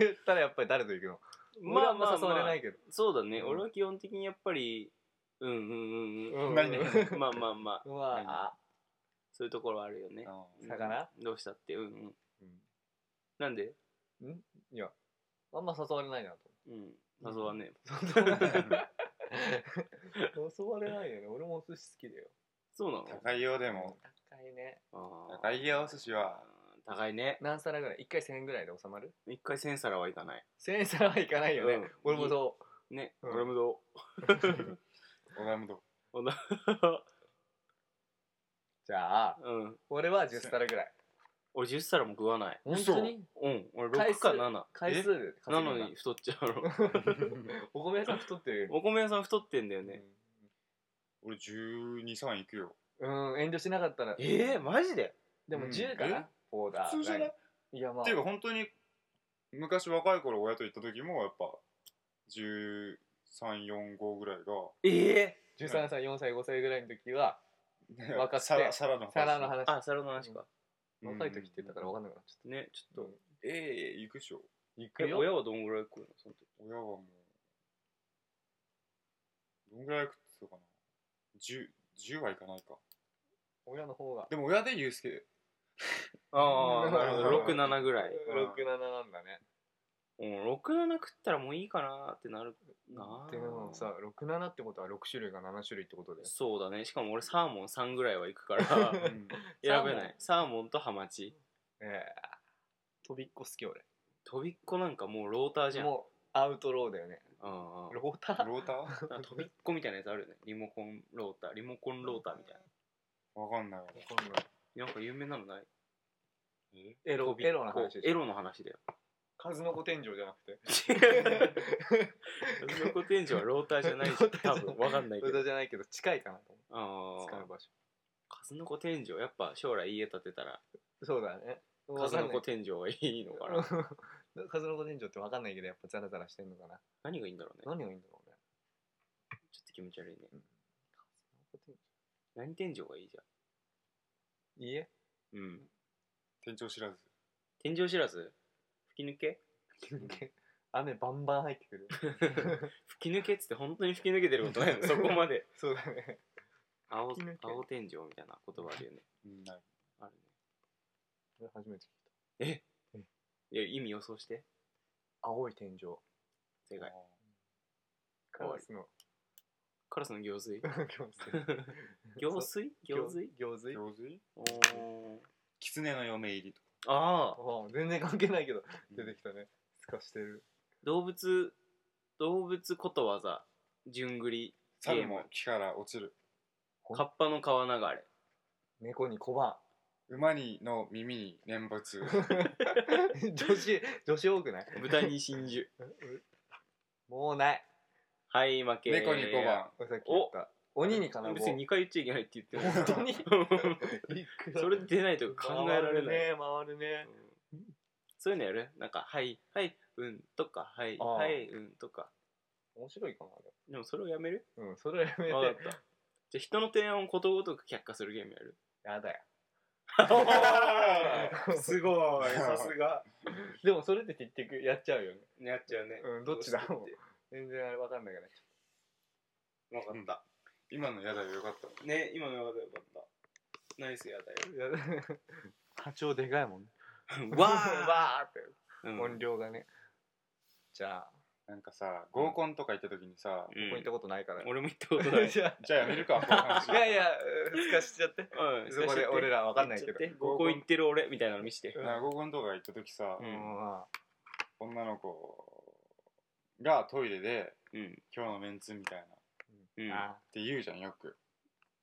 Speaker 2: 言ったらやっぱり誰と行くの
Speaker 3: まあ
Speaker 2: 俺は
Speaker 3: まあ
Speaker 2: ん誘われ
Speaker 3: ま
Speaker 2: な
Speaker 3: あ
Speaker 2: いけど
Speaker 3: そうだね
Speaker 2: うん
Speaker 3: 俺は基本的にやっぱりうんうんうんうん
Speaker 2: うん
Speaker 1: 何
Speaker 3: まあまあまあ
Speaker 2: うわあ
Speaker 3: そういうところあるよね
Speaker 1: うん
Speaker 2: 魚
Speaker 3: うんどうしたってうんうんなんで
Speaker 2: いやあんま誘われないなと
Speaker 3: うん謎はね
Speaker 2: 誘われないよね俺もお寿司好きだよ
Speaker 3: そうなの
Speaker 1: 高いよでも
Speaker 2: 高いね
Speaker 3: あー
Speaker 1: 高いよお寿司は
Speaker 3: うん高いね
Speaker 2: 何皿ぐらい1回1000円ぐらいで収まる
Speaker 3: 一回千皿はいかない
Speaker 2: 1000円皿はいかないよね、
Speaker 3: うん
Speaker 2: 俺もそ
Speaker 3: ね
Speaker 2: うん
Speaker 3: 俺もど
Speaker 1: お悩み どう
Speaker 3: うおな
Speaker 2: うじゃあ
Speaker 3: うん
Speaker 2: 俺は10皿ぐらい
Speaker 3: 俺10皿も食わない
Speaker 2: 本当に
Speaker 3: うん俺
Speaker 2: 回
Speaker 3: 6
Speaker 2: 数
Speaker 3: か7
Speaker 2: 回数で
Speaker 3: な
Speaker 2: 稼ぐ
Speaker 3: の
Speaker 2: んだ
Speaker 3: に太っちゃうの
Speaker 2: お米屋さん太ってるよ
Speaker 3: お米屋さん太ってんだよね
Speaker 1: 俺1 2三行くよ
Speaker 2: うん遠慮しなかったら
Speaker 3: えーマジで
Speaker 2: でも
Speaker 1: うん
Speaker 2: 10か
Speaker 1: え
Speaker 2: なオーダー
Speaker 1: 普通じゃないっ
Speaker 2: いやまあ
Speaker 1: ていうか本当に昔若い頃親と行った時もやっぱ134ぐらいが
Speaker 3: ええ
Speaker 2: 13歳4歳5歳ぐらいの時は
Speaker 1: ね
Speaker 2: 分かって
Speaker 1: 皿皿の
Speaker 2: 皿の話
Speaker 3: あ皿の話か
Speaker 2: 若い時って言ったから分かんなくなっち
Speaker 3: ねち
Speaker 2: ゃ
Speaker 3: ょ
Speaker 2: っ
Speaker 3: っと
Speaker 1: ええ行くっしょ
Speaker 2: 行く
Speaker 3: え
Speaker 2: よ
Speaker 3: 親はどんぐらい食うのその時
Speaker 1: 親はもうどんぐらい食ってたかな 10, 10はいかないか
Speaker 2: 親の方が
Speaker 1: でも親でユうスケ
Speaker 3: あ
Speaker 2: う
Speaker 3: あ
Speaker 2: ん
Speaker 3: なるほど67ぐらい
Speaker 2: 67なんだね
Speaker 3: うん67食ったらもういいかなってなるな
Speaker 2: でもさ67ってことは6種類が7種類ってことで
Speaker 3: そうだねしかも俺サーモン3ぐらいは行くから
Speaker 1: うん
Speaker 3: 選べないサーモンとハマチ
Speaker 2: ええとびっこ好き俺
Speaker 3: 飛びっこなんかもうローターじゃん
Speaker 2: もうアウトローだよね
Speaker 3: うんうん
Speaker 2: ローター
Speaker 1: ローター
Speaker 3: なんか飛びっこみたいなやつあるよねリモコンローターリモコンローターみたい
Speaker 1: わかんないわ
Speaker 2: わかんない
Speaker 3: ななんか有名なのない
Speaker 1: え
Speaker 2: エロ
Speaker 3: 飛びっ
Speaker 2: エ
Speaker 3: こ
Speaker 2: ロな話でし
Speaker 3: エ
Speaker 2: ょ
Speaker 3: ロの話だ よ
Speaker 2: 数の子天井じゃなくて
Speaker 3: ロコ天井はローターじゃないじゃん多分わかんないけ
Speaker 2: ロータ
Speaker 3: ど
Speaker 2: ーじゃないけど近いかなと
Speaker 3: あ
Speaker 2: 思う使う
Speaker 3: あ
Speaker 2: 場所
Speaker 3: 数の子天井やっぱ将来家建てたら
Speaker 2: そうだね
Speaker 3: 数の子
Speaker 2: 井
Speaker 3: 天井はいいのかな
Speaker 2: 数の子天井ってわかんないけどやっぱザラザラしてんのかな
Speaker 3: 何がいいんだろうね
Speaker 2: 何がいいんだろうね
Speaker 3: ちょっと気持ち悪いね
Speaker 2: 数の子
Speaker 3: 何天井がいいじ
Speaker 2: 天井家
Speaker 3: ゃんうん
Speaker 1: 店長知らず
Speaker 3: 天井知らず吹き 抜け
Speaker 2: 雨バンバン入ってくる。
Speaker 3: 吹き抜けっつって本当に吹き抜けてるこ とないの そこまで
Speaker 2: そうだね。
Speaker 3: 青
Speaker 2: 吹き抜け
Speaker 3: 青天井みたいな言葉あるよね
Speaker 1: うんない
Speaker 3: あるね
Speaker 2: これ初めて聞い
Speaker 3: えいや意味予想して
Speaker 2: た。青い天井。
Speaker 3: 正解
Speaker 2: カラスの。
Speaker 3: カラスの行 水
Speaker 2: 行
Speaker 3: 行
Speaker 2: 水。
Speaker 3: 水行水
Speaker 2: 行水。
Speaker 1: 行水
Speaker 3: おー
Speaker 1: 狐の嫁入りとか
Speaker 3: ああ
Speaker 2: ああ全然関係ないけど出てきたね。すかしてる。
Speaker 3: 動物動物ことわざ順繰り
Speaker 1: 猿も木から落ちる
Speaker 3: カッパの川流れ
Speaker 2: 猫に小判。
Speaker 1: 馬にの耳に念 仏
Speaker 2: 女子女子多くない？
Speaker 3: 豚に真 珠
Speaker 2: もうない。
Speaker 3: はい負け
Speaker 1: 猫に小判
Speaker 2: 俺さっき言った。鬼に金棒。
Speaker 3: 別に2回言っちゃいけないって言っても
Speaker 2: 本 当に
Speaker 3: それ出ないと考えられな
Speaker 2: 回る
Speaker 3: い、
Speaker 2: ね回るね。
Speaker 3: うんそういうのやるなんか「はいはいうん」とか「はい
Speaker 2: あー
Speaker 3: はいうん」とか
Speaker 2: 面白いかな。
Speaker 3: でもそれをやめる
Speaker 2: うんそれはやめて。
Speaker 3: わかったじゃあ人の提案をことごとく却下するゲームやる
Speaker 2: やだよ。
Speaker 3: す ごい
Speaker 1: さす
Speaker 3: が
Speaker 2: でもそれって結局やっちゃうよね。
Speaker 3: やっちゃうね
Speaker 2: うんどっちだ
Speaker 3: どうしてっ
Speaker 2: 全然あれわかんないから。
Speaker 3: てわかった、
Speaker 1: 今のやだよよかった
Speaker 3: ね今のよかったよかったナイスやだよ
Speaker 2: いや 波長でかいもんね。
Speaker 3: わ
Speaker 2: わーって
Speaker 3: ー、うん、
Speaker 2: 音量がね。じゃあ、
Speaker 1: なんかさ合コンとか行った時にさ、
Speaker 3: うん
Speaker 2: こういったことないから。
Speaker 3: 俺も言ったこと ない
Speaker 2: じゃ
Speaker 1: じゃあやめる かこの話
Speaker 2: あ、いやいや、すかしちゃって。
Speaker 3: うん
Speaker 2: そこで俺らわかんないけど。
Speaker 3: 言っちゃって合コン行ってる俺みたいなの見せて
Speaker 1: なんか合コンとか行った時さ、
Speaker 3: う
Speaker 2: うんん。
Speaker 1: 女の子がトイレで
Speaker 3: うん
Speaker 1: 「今日のメンツ」みたいなっ
Speaker 3: うん
Speaker 2: あ
Speaker 1: て言うじゃんよく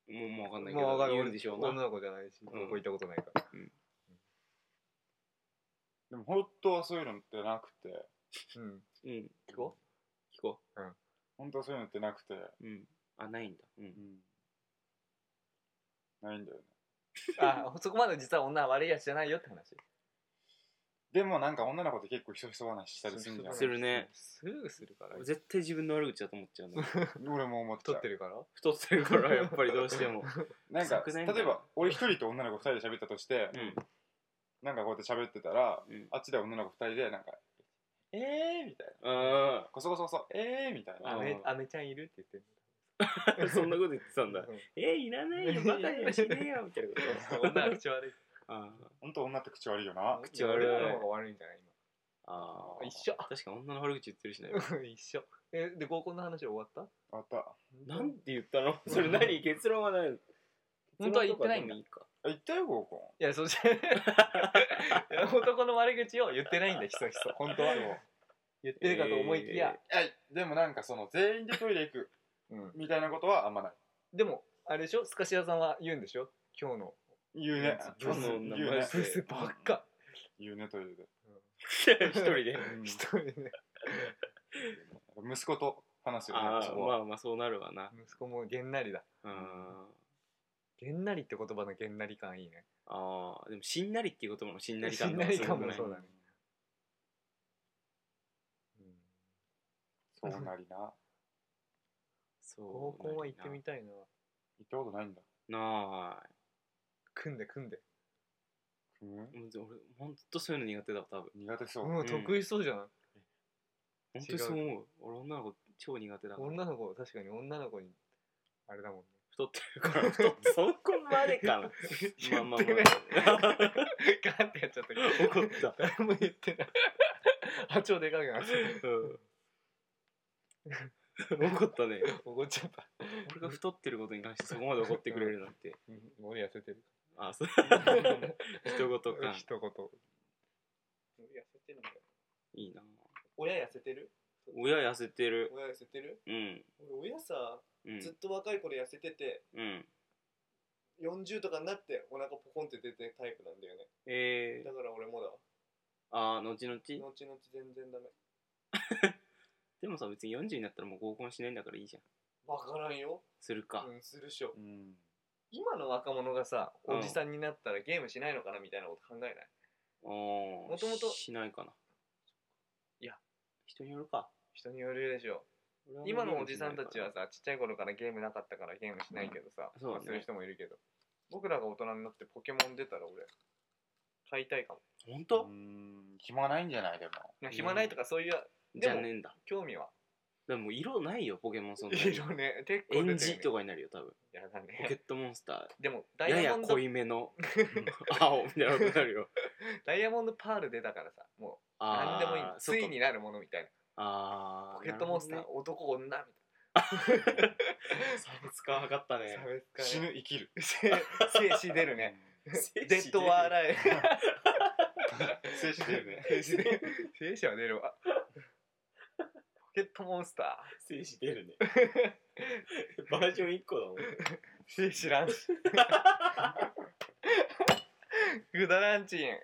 Speaker 3: もうもうわかんないけど
Speaker 2: もうわかる
Speaker 3: 言うんでしょうな
Speaker 2: 女の子じゃないし、ここ行ったことないから。
Speaker 1: でも本当はそういうのってなくて
Speaker 2: うん。
Speaker 3: うん
Speaker 2: 聞こ
Speaker 3: 聞こ
Speaker 1: 本当はそういうのってなくて、
Speaker 3: ううんあないんだうん
Speaker 1: ないんだよね
Speaker 2: うあ、そこまで実は女は悪いやつじゃないよって話。
Speaker 1: でもなんか女の子って結構ひそひそ話したりするんじゃ
Speaker 3: するね。
Speaker 2: すぐするから。
Speaker 3: 絶対自分の悪口だと思っちゃうね
Speaker 1: ん俺も思っち
Speaker 2: 太
Speaker 1: ゃ
Speaker 2: って
Speaker 1: う
Speaker 2: るから
Speaker 3: 太ってるからやっぱりどうし ても
Speaker 1: なんか
Speaker 3: 臭くないんだよ
Speaker 1: 例えば俺一人と女の子二人で喋ったとして、
Speaker 3: うん
Speaker 1: なんかこうやって喋ってたら
Speaker 3: うん
Speaker 1: あっちで女の子二人でなんか「えー」みたいな
Speaker 3: あ
Speaker 1: 「こそこそこそえー」みたい
Speaker 3: あ
Speaker 1: な
Speaker 2: あめ
Speaker 3: ー
Speaker 2: あめちゃんいるって言って
Speaker 3: あ
Speaker 2: る。
Speaker 3: そんなこと言ってた んだ
Speaker 2: うん
Speaker 3: えいらないよバカにはしねえよみたいなこと
Speaker 2: 女は口悪い。
Speaker 3: あー
Speaker 1: ほんと女って口悪いよな
Speaker 3: 口悪い
Speaker 2: や俺らの方が悪いんじゃない
Speaker 3: あー
Speaker 2: 一緒
Speaker 3: 確かに女の悪口言ってるし ね
Speaker 2: 今。 一緒。え、で、合コンの話終わった
Speaker 1: あったあ
Speaker 3: なんて言ったのそれ何結論はない
Speaker 2: 本当は言ってないんだ
Speaker 3: 結論とかでもいいか
Speaker 1: 言ったよ合コ
Speaker 2: いや、そっち 男の悪口を言ってないんだ、ひそひそ。
Speaker 1: ン本当はもう
Speaker 2: 言ってるかと思いきや。
Speaker 1: えでもなんかその全員でトイレ行く
Speaker 2: うん、
Speaker 1: みたいなことはあんまない
Speaker 2: でも、あれでしょスカシアさんは言うんでしょ今日の。
Speaker 1: 言うね
Speaker 3: 今日の名
Speaker 1: 言う
Speaker 3: 前
Speaker 1: ね
Speaker 2: ブスばっか。
Speaker 1: 言うねトイレで
Speaker 3: 一人 で
Speaker 1: うん
Speaker 2: 一人ね。
Speaker 1: 息子と話すよ
Speaker 3: あ
Speaker 1: ねそ
Speaker 3: あ
Speaker 1: こ
Speaker 3: ま
Speaker 1: は
Speaker 3: あまあそうなるわな
Speaker 2: 息子もげんなりだ。
Speaker 3: うん
Speaker 2: げんなりって言葉のげんなり感いいね。
Speaker 3: ああでもしんなりっていう言葉もしんなり感
Speaker 2: しんなり感
Speaker 3: すご
Speaker 2: も
Speaker 3: くい
Speaker 2: そうだね。うん
Speaker 1: そうなりな行っ
Speaker 3: そう
Speaker 2: 合コンは行ってみたいな。
Speaker 1: たことないんだ
Speaker 3: な
Speaker 2: 組んで組んで。
Speaker 1: うん
Speaker 3: いもう俺ほんとそういうの苦手だわ多分
Speaker 1: 苦手そう
Speaker 2: うん、得意そうじゃない
Speaker 3: ほんとにそう思う俺女の子超苦手だから
Speaker 2: 女の子、確かに女の子に、あれだもんね。
Speaker 3: 太ってるから 太ってそこまでかなまあま あ
Speaker 2: 言って
Speaker 3: まあ
Speaker 2: ないガンってやっちゃったけど。
Speaker 3: 怒った
Speaker 2: 誰も言ってない。 波長でかくなっちゃっ
Speaker 3: うん怒ったね
Speaker 2: た。怒っちゃった。
Speaker 3: 俺が太ってることに関してそこまで怒ってくれるなんて
Speaker 2: 俺痩せてる。
Speaker 3: あそう人ごとか
Speaker 2: 一言。俺痩せてるんだよ。
Speaker 3: いいな
Speaker 2: 親痩せてる
Speaker 3: 親痩せてる
Speaker 2: 親痩せてる
Speaker 3: うん
Speaker 2: 俺親さ、
Speaker 3: う
Speaker 2: ずっ
Speaker 3: ん
Speaker 2: と若い頃痩せてて、
Speaker 3: うん
Speaker 2: 40とかになってお腹ポコンって出てるタイプなんだよね。
Speaker 3: えー
Speaker 2: だから俺もだわ。
Speaker 3: あー後々
Speaker 2: 後々全然ダメ。
Speaker 3: でもさ別に40になったらもう合コンしないんだからいいじゃん
Speaker 2: わからんよ。
Speaker 3: するか、
Speaker 2: うん、するっしょ。
Speaker 1: うん
Speaker 2: 今の若者がさ、
Speaker 3: うん
Speaker 2: おじさんになったらゲームしないのかなみたいなこと考えない。
Speaker 3: おー
Speaker 2: もともと
Speaker 3: しないかない
Speaker 2: いや
Speaker 3: 人によるか
Speaker 2: 人によるでしょ。
Speaker 3: 俺は
Speaker 2: 今
Speaker 3: もう
Speaker 2: のお
Speaker 3: ゲーム
Speaker 2: じ
Speaker 3: しな
Speaker 2: さ
Speaker 3: い
Speaker 2: ん
Speaker 3: から
Speaker 2: たちはさちっちゃい頃からゲームなかったからゲームしないけどさ、
Speaker 3: そうだね
Speaker 2: まあする人もいるけど僕らが大人になってポケモン出たら俺買いたいかも
Speaker 3: 本
Speaker 1: う
Speaker 3: 当、
Speaker 1: ん暇ないんじゃないでも
Speaker 2: いや暇ないとかそういう
Speaker 3: じゃねえんだ
Speaker 2: 興味は
Speaker 3: でももう色ないよポケモンそんなに
Speaker 2: 色ね結構出てる、ね、
Speaker 3: エンジとかになるよ多分
Speaker 2: いやだ
Speaker 3: ポケ
Speaker 2: ね
Speaker 3: ットモンスタ
Speaker 2: でも
Speaker 3: ー
Speaker 2: ダ
Speaker 3: や
Speaker 2: イヤ
Speaker 3: や
Speaker 2: モンド
Speaker 3: 濃いめ の青みたいなことになるよ
Speaker 2: ダイヤモンドパール出たからさもう
Speaker 3: あ
Speaker 2: 何でもいい
Speaker 3: ー
Speaker 2: ついになるものみたいな
Speaker 3: ああ
Speaker 2: ポケットモンスター、男女みたい
Speaker 3: 差別化測った
Speaker 2: な
Speaker 3: ね
Speaker 2: 差別化
Speaker 1: 死ぬ生きる
Speaker 2: 精子出るねデッドは
Speaker 3: イ
Speaker 2: 洗い
Speaker 1: 精子出るね
Speaker 2: 精子出る精子は出るわ ポケットモンスター
Speaker 3: 精子出る ねバージョン1個だもん
Speaker 2: 精子 ランチグダランチン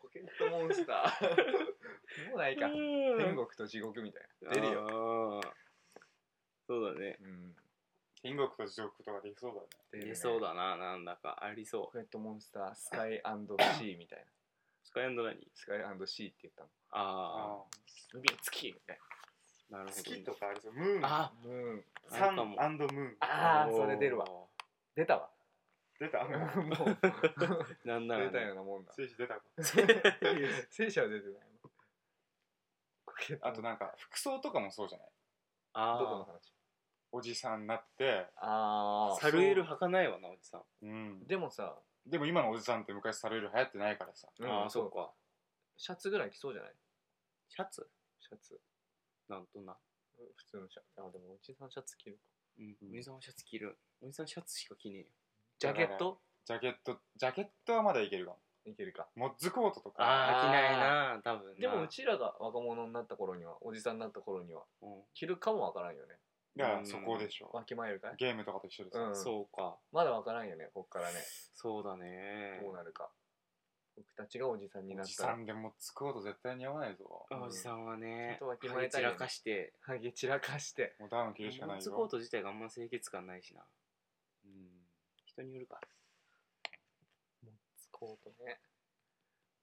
Speaker 2: ポケットモンスターもうないか天国と地獄みたい出る
Speaker 3: よそうだね
Speaker 1: うん天国と地獄とかできそうだね
Speaker 2: な
Speaker 3: 出そう
Speaker 2: だ
Speaker 3: だななんだかありそ
Speaker 2: ポケットモンスタースカイシーみたいな
Speaker 3: うスカイアンド何
Speaker 2: スカイシーって言ったの
Speaker 3: あ
Speaker 2: 海月みたい
Speaker 3: あなるほど
Speaker 1: 月とかありそうムーン
Speaker 3: あ
Speaker 2: なうん
Speaker 1: サ
Speaker 3: ある
Speaker 1: ン
Speaker 3: か
Speaker 1: ム
Speaker 3: も
Speaker 1: ーン
Speaker 2: ああ
Speaker 3: おー
Speaker 2: それ出るわ出たわ
Speaker 1: 出た
Speaker 2: もう
Speaker 3: なんな
Speaker 2: 出
Speaker 3: らね
Speaker 2: たようなもんだ
Speaker 1: 精子出たか
Speaker 2: 聖者は出てないのポケット
Speaker 1: あとなんか服装とかもそうじゃない
Speaker 2: どこ
Speaker 3: あ
Speaker 2: の話
Speaker 1: おじさんになって
Speaker 2: あ
Speaker 3: あ
Speaker 2: ー
Speaker 3: サルエル履かないわなおじさん
Speaker 1: うん
Speaker 2: でもさ、
Speaker 1: でも今のおじさんって昔サルエル流行ってないからさ
Speaker 2: うん
Speaker 3: ああそっか
Speaker 2: シャツぐらい着そうじゃない
Speaker 3: シャツ
Speaker 2: シャツ
Speaker 3: なんとな
Speaker 2: 普通のシャツあでもおじさんシャツ着る
Speaker 3: うんおじさんはシャツ着るおじさんシャツしか着ねえよ
Speaker 2: ジャケット
Speaker 1: ジャケットジャケットはまだいけるかも
Speaker 2: いけるか
Speaker 1: モッズコートと
Speaker 3: あ
Speaker 1: か
Speaker 3: ー着ないな多分な
Speaker 2: でもうちらが若者になった頃にはおじさんになった頃には
Speaker 3: うん
Speaker 2: 着るかもわからんよね
Speaker 1: だからそこでしょ
Speaker 2: わきまえるかい、
Speaker 1: ゲームとかと一緒でさ、
Speaker 2: うん、
Speaker 3: そうか
Speaker 2: まだわからんよねこっからね
Speaker 3: そうだね
Speaker 2: どうなるか僕たちがおじさんにな
Speaker 1: お
Speaker 2: っ
Speaker 1: じ
Speaker 2: た
Speaker 1: さ
Speaker 2: ら
Speaker 1: んでもつくこと絶対似合わないぞも
Speaker 3: あおじさんは
Speaker 2: ち
Speaker 3: ね
Speaker 2: ょっとわきま
Speaker 3: ハ
Speaker 2: え
Speaker 3: ゲ
Speaker 2: たい
Speaker 3: 散
Speaker 2: よね
Speaker 3: らかして
Speaker 2: ハゲ散らかして
Speaker 1: うダウン着るしか
Speaker 3: パ
Speaker 1: な
Speaker 3: ン
Speaker 1: い
Speaker 3: ツコー
Speaker 1: よ
Speaker 3: ト自体があんま清潔感ないしな人によるか
Speaker 2: つこうとね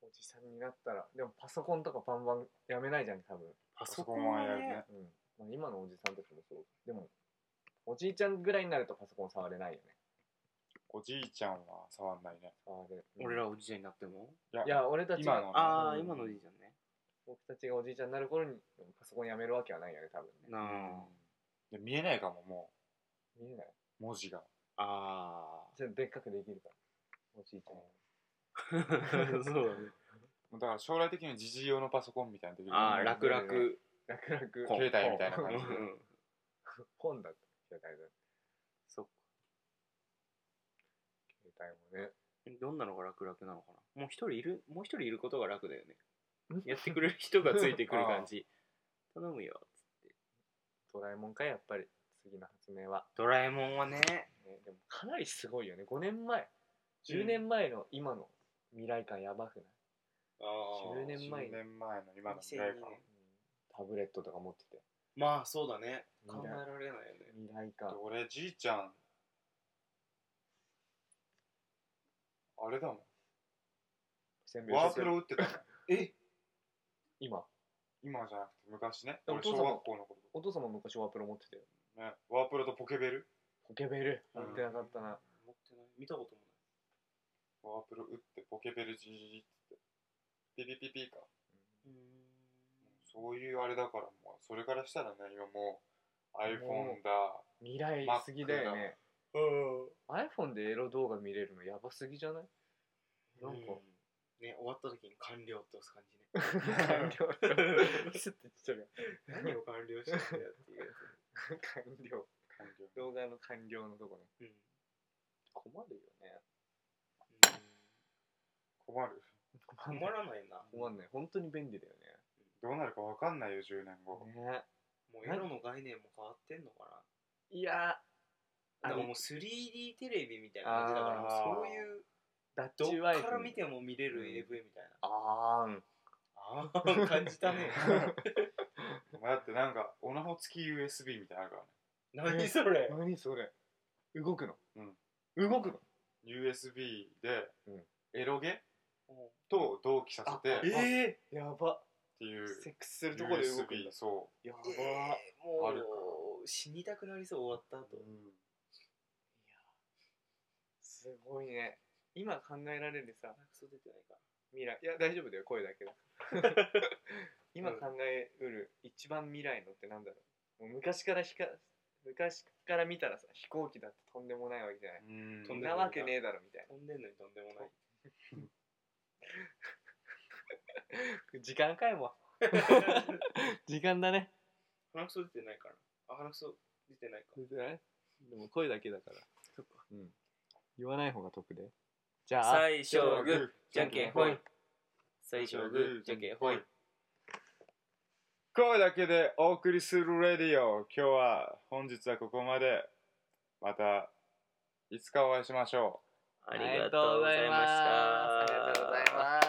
Speaker 2: おじさんになったらでもパソコンとかバンバンやめないじゃん多分
Speaker 3: パ
Speaker 1: パソコンはやるね
Speaker 2: うんまあ、今のおじさんたちもそうでもおじいちゃんぐらいになるとパソコン触れないよね
Speaker 1: おじいちゃんは触んないね
Speaker 2: 触れ、うん
Speaker 3: 俺らおじいちゃんになっても
Speaker 1: いや
Speaker 2: いや俺たち
Speaker 1: 今の
Speaker 2: が
Speaker 3: ああ
Speaker 2: うん
Speaker 3: 今のおじいちゃんね
Speaker 2: 僕たちがおじいちゃんになる頃にパソコンやめるわけはないよね多分ね
Speaker 3: なあ
Speaker 1: で見えないかもも
Speaker 2: 見えないう
Speaker 1: 文字が
Speaker 3: あ
Speaker 2: じゃあでっかくできるからおじいちゃん
Speaker 3: あ そうだね
Speaker 1: だから将来的にじじ用のパソコンみたいなできる
Speaker 3: ああ楽々
Speaker 2: 楽々
Speaker 1: 携帯みたいな
Speaker 3: う
Speaker 1: 感じ
Speaker 3: ん
Speaker 2: 本だ携帯だ
Speaker 3: そっか
Speaker 2: 携帯もね
Speaker 3: どんなのが楽々なのかなもう一人いるもう一人いることが楽だよね
Speaker 2: ん
Speaker 3: やってくれる人がついてくる感 じ頼むよ
Speaker 2: ドラえもんかやっぱり次の発明は、
Speaker 3: ドラえもんはね
Speaker 2: ね、でもかなりすごいよね5年前10年前の今の未来感やばくない、10年前
Speaker 1: 10年前の今の未来か
Speaker 3: 2002年
Speaker 2: タブレットとか持ってて
Speaker 3: まあそうだね
Speaker 2: 考え
Speaker 3: られないよね
Speaker 2: 未来感
Speaker 1: 俺じいちゃんあれだも
Speaker 2: せん
Speaker 1: ん
Speaker 2: べい
Speaker 1: ワー
Speaker 2: 食
Speaker 1: プロ打ってたもん
Speaker 3: え
Speaker 2: 今
Speaker 1: 今じゃなくて昔ね
Speaker 2: お
Speaker 1: 俺
Speaker 2: 父
Speaker 1: 小
Speaker 2: 様
Speaker 1: 学校の頃
Speaker 2: お父様昔ワープロ持ってたよ
Speaker 1: ねワープロとポケベル
Speaker 2: ポケベル
Speaker 1: う
Speaker 2: 持
Speaker 1: ん
Speaker 2: ってなかったな、
Speaker 3: 持ってない見たことも
Speaker 1: ワープロ打ってポケベルじじじってピピピピか
Speaker 3: ないう
Speaker 1: そういうあれだからもうそれからしたらね今もう iPhone だ
Speaker 2: 未来すぎだよね iPhone でエロ動画見れるのやばすぎじゃないなんか
Speaker 3: ね終わった時に完了って押す感じね
Speaker 2: 完了スッてちっちゃい
Speaker 3: 何を完了したんだよっていうや
Speaker 2: 完了
Speaker 1: 完了
Speaker 2: 動画の完了のとこね
Speaker 3: つ、うん
Speaker 2: 困るよね
Speaker 1: 困る
Speaker 2: 困
Speaker 3: 困らないな
Speaker 2: 困んない本当に便利だよ
Speaker 1: どうなるかわかんないよ10年後
Speaker 2: ねね
Speaker 3: もうエロの概念も変わってんのか
Speaker 2: いやあ
Speaker 3: ななん
Speaker 2: の
Speaker 3: かもう 3D テレビみたいな感じだからもう
Speaker 1: あー
Speaker 3: そういう
Speaker 2: ダッ
Speaker 3: ど
Speaker 2: チワイ
Speaker 3: っ
Speaker 2: フ
Speaker 3: から見ても見れる AV みたいな
Speaker 2: あーん
Speaker 3: ああ感じたね
Speaker 1: お前だってなんかオナホ付き USB みたいなのあるからね
Speaker 3: 何それ
Speaker 2: 何それ動くの
Speaker 1: うん
Speaker 2: 動くの
Speaker 1: USB で
Speaker 2: うん
Speaker 1: エロゲと同期させてっ
Speaker 2: え
Speaker 3: え
Speaker 2: やば
Speaker 1: ていう
Speaker 2: セックスするとこで動くんだ
Speaker 1: USB そ
Speaker 2: やば
Speaker 3: え
Speaker 1: あるか
Speaker 3: もう死にたくなりそう終わった
Speaker 1: う
Speaker 3: 後
Speaker 1: うん
Speaker 2: すごいね今考えられるさ
Speaker 4: 鼻くそ出てないか
Speaker 2: 未来いや大丈夫だよ声だけど今
Speaker 4: うん
Speaker 2: 考えうる一番未来のってなんだろうもう昔からひか昔から見たらさ飛行機だってとんでもないわけじゃない、
Speaker 1: うん
Speaker 4: と
Speaker 2: そ
Speaker 4: ん
Speaker 2: ん
Speaker 4: で
Speaker 2: な
Speaker 4: もない
Speaker 2: わけねえだろみたい
Speaker 4: 飛んでんのにとんでもない
Speaker 2: な時間かいも 時間だね
Speaker 4: 鼻くそ出てないからあ鼻くそ出てないか
Speaker 2: 出てないでも声だけだから
Speaker 4: そっか
Speaker 2: うん言わない方が得でじゃあ
Speaker 3: 最初グーじゃんけんほい最初グーじゃんけんほい
Speaker 1: 声だけでお送りするレディオ今日は本日はここまでまたいつかお会いしましょう
Speaker 3: ありがとうございました
Speaker 5: ありがとうございます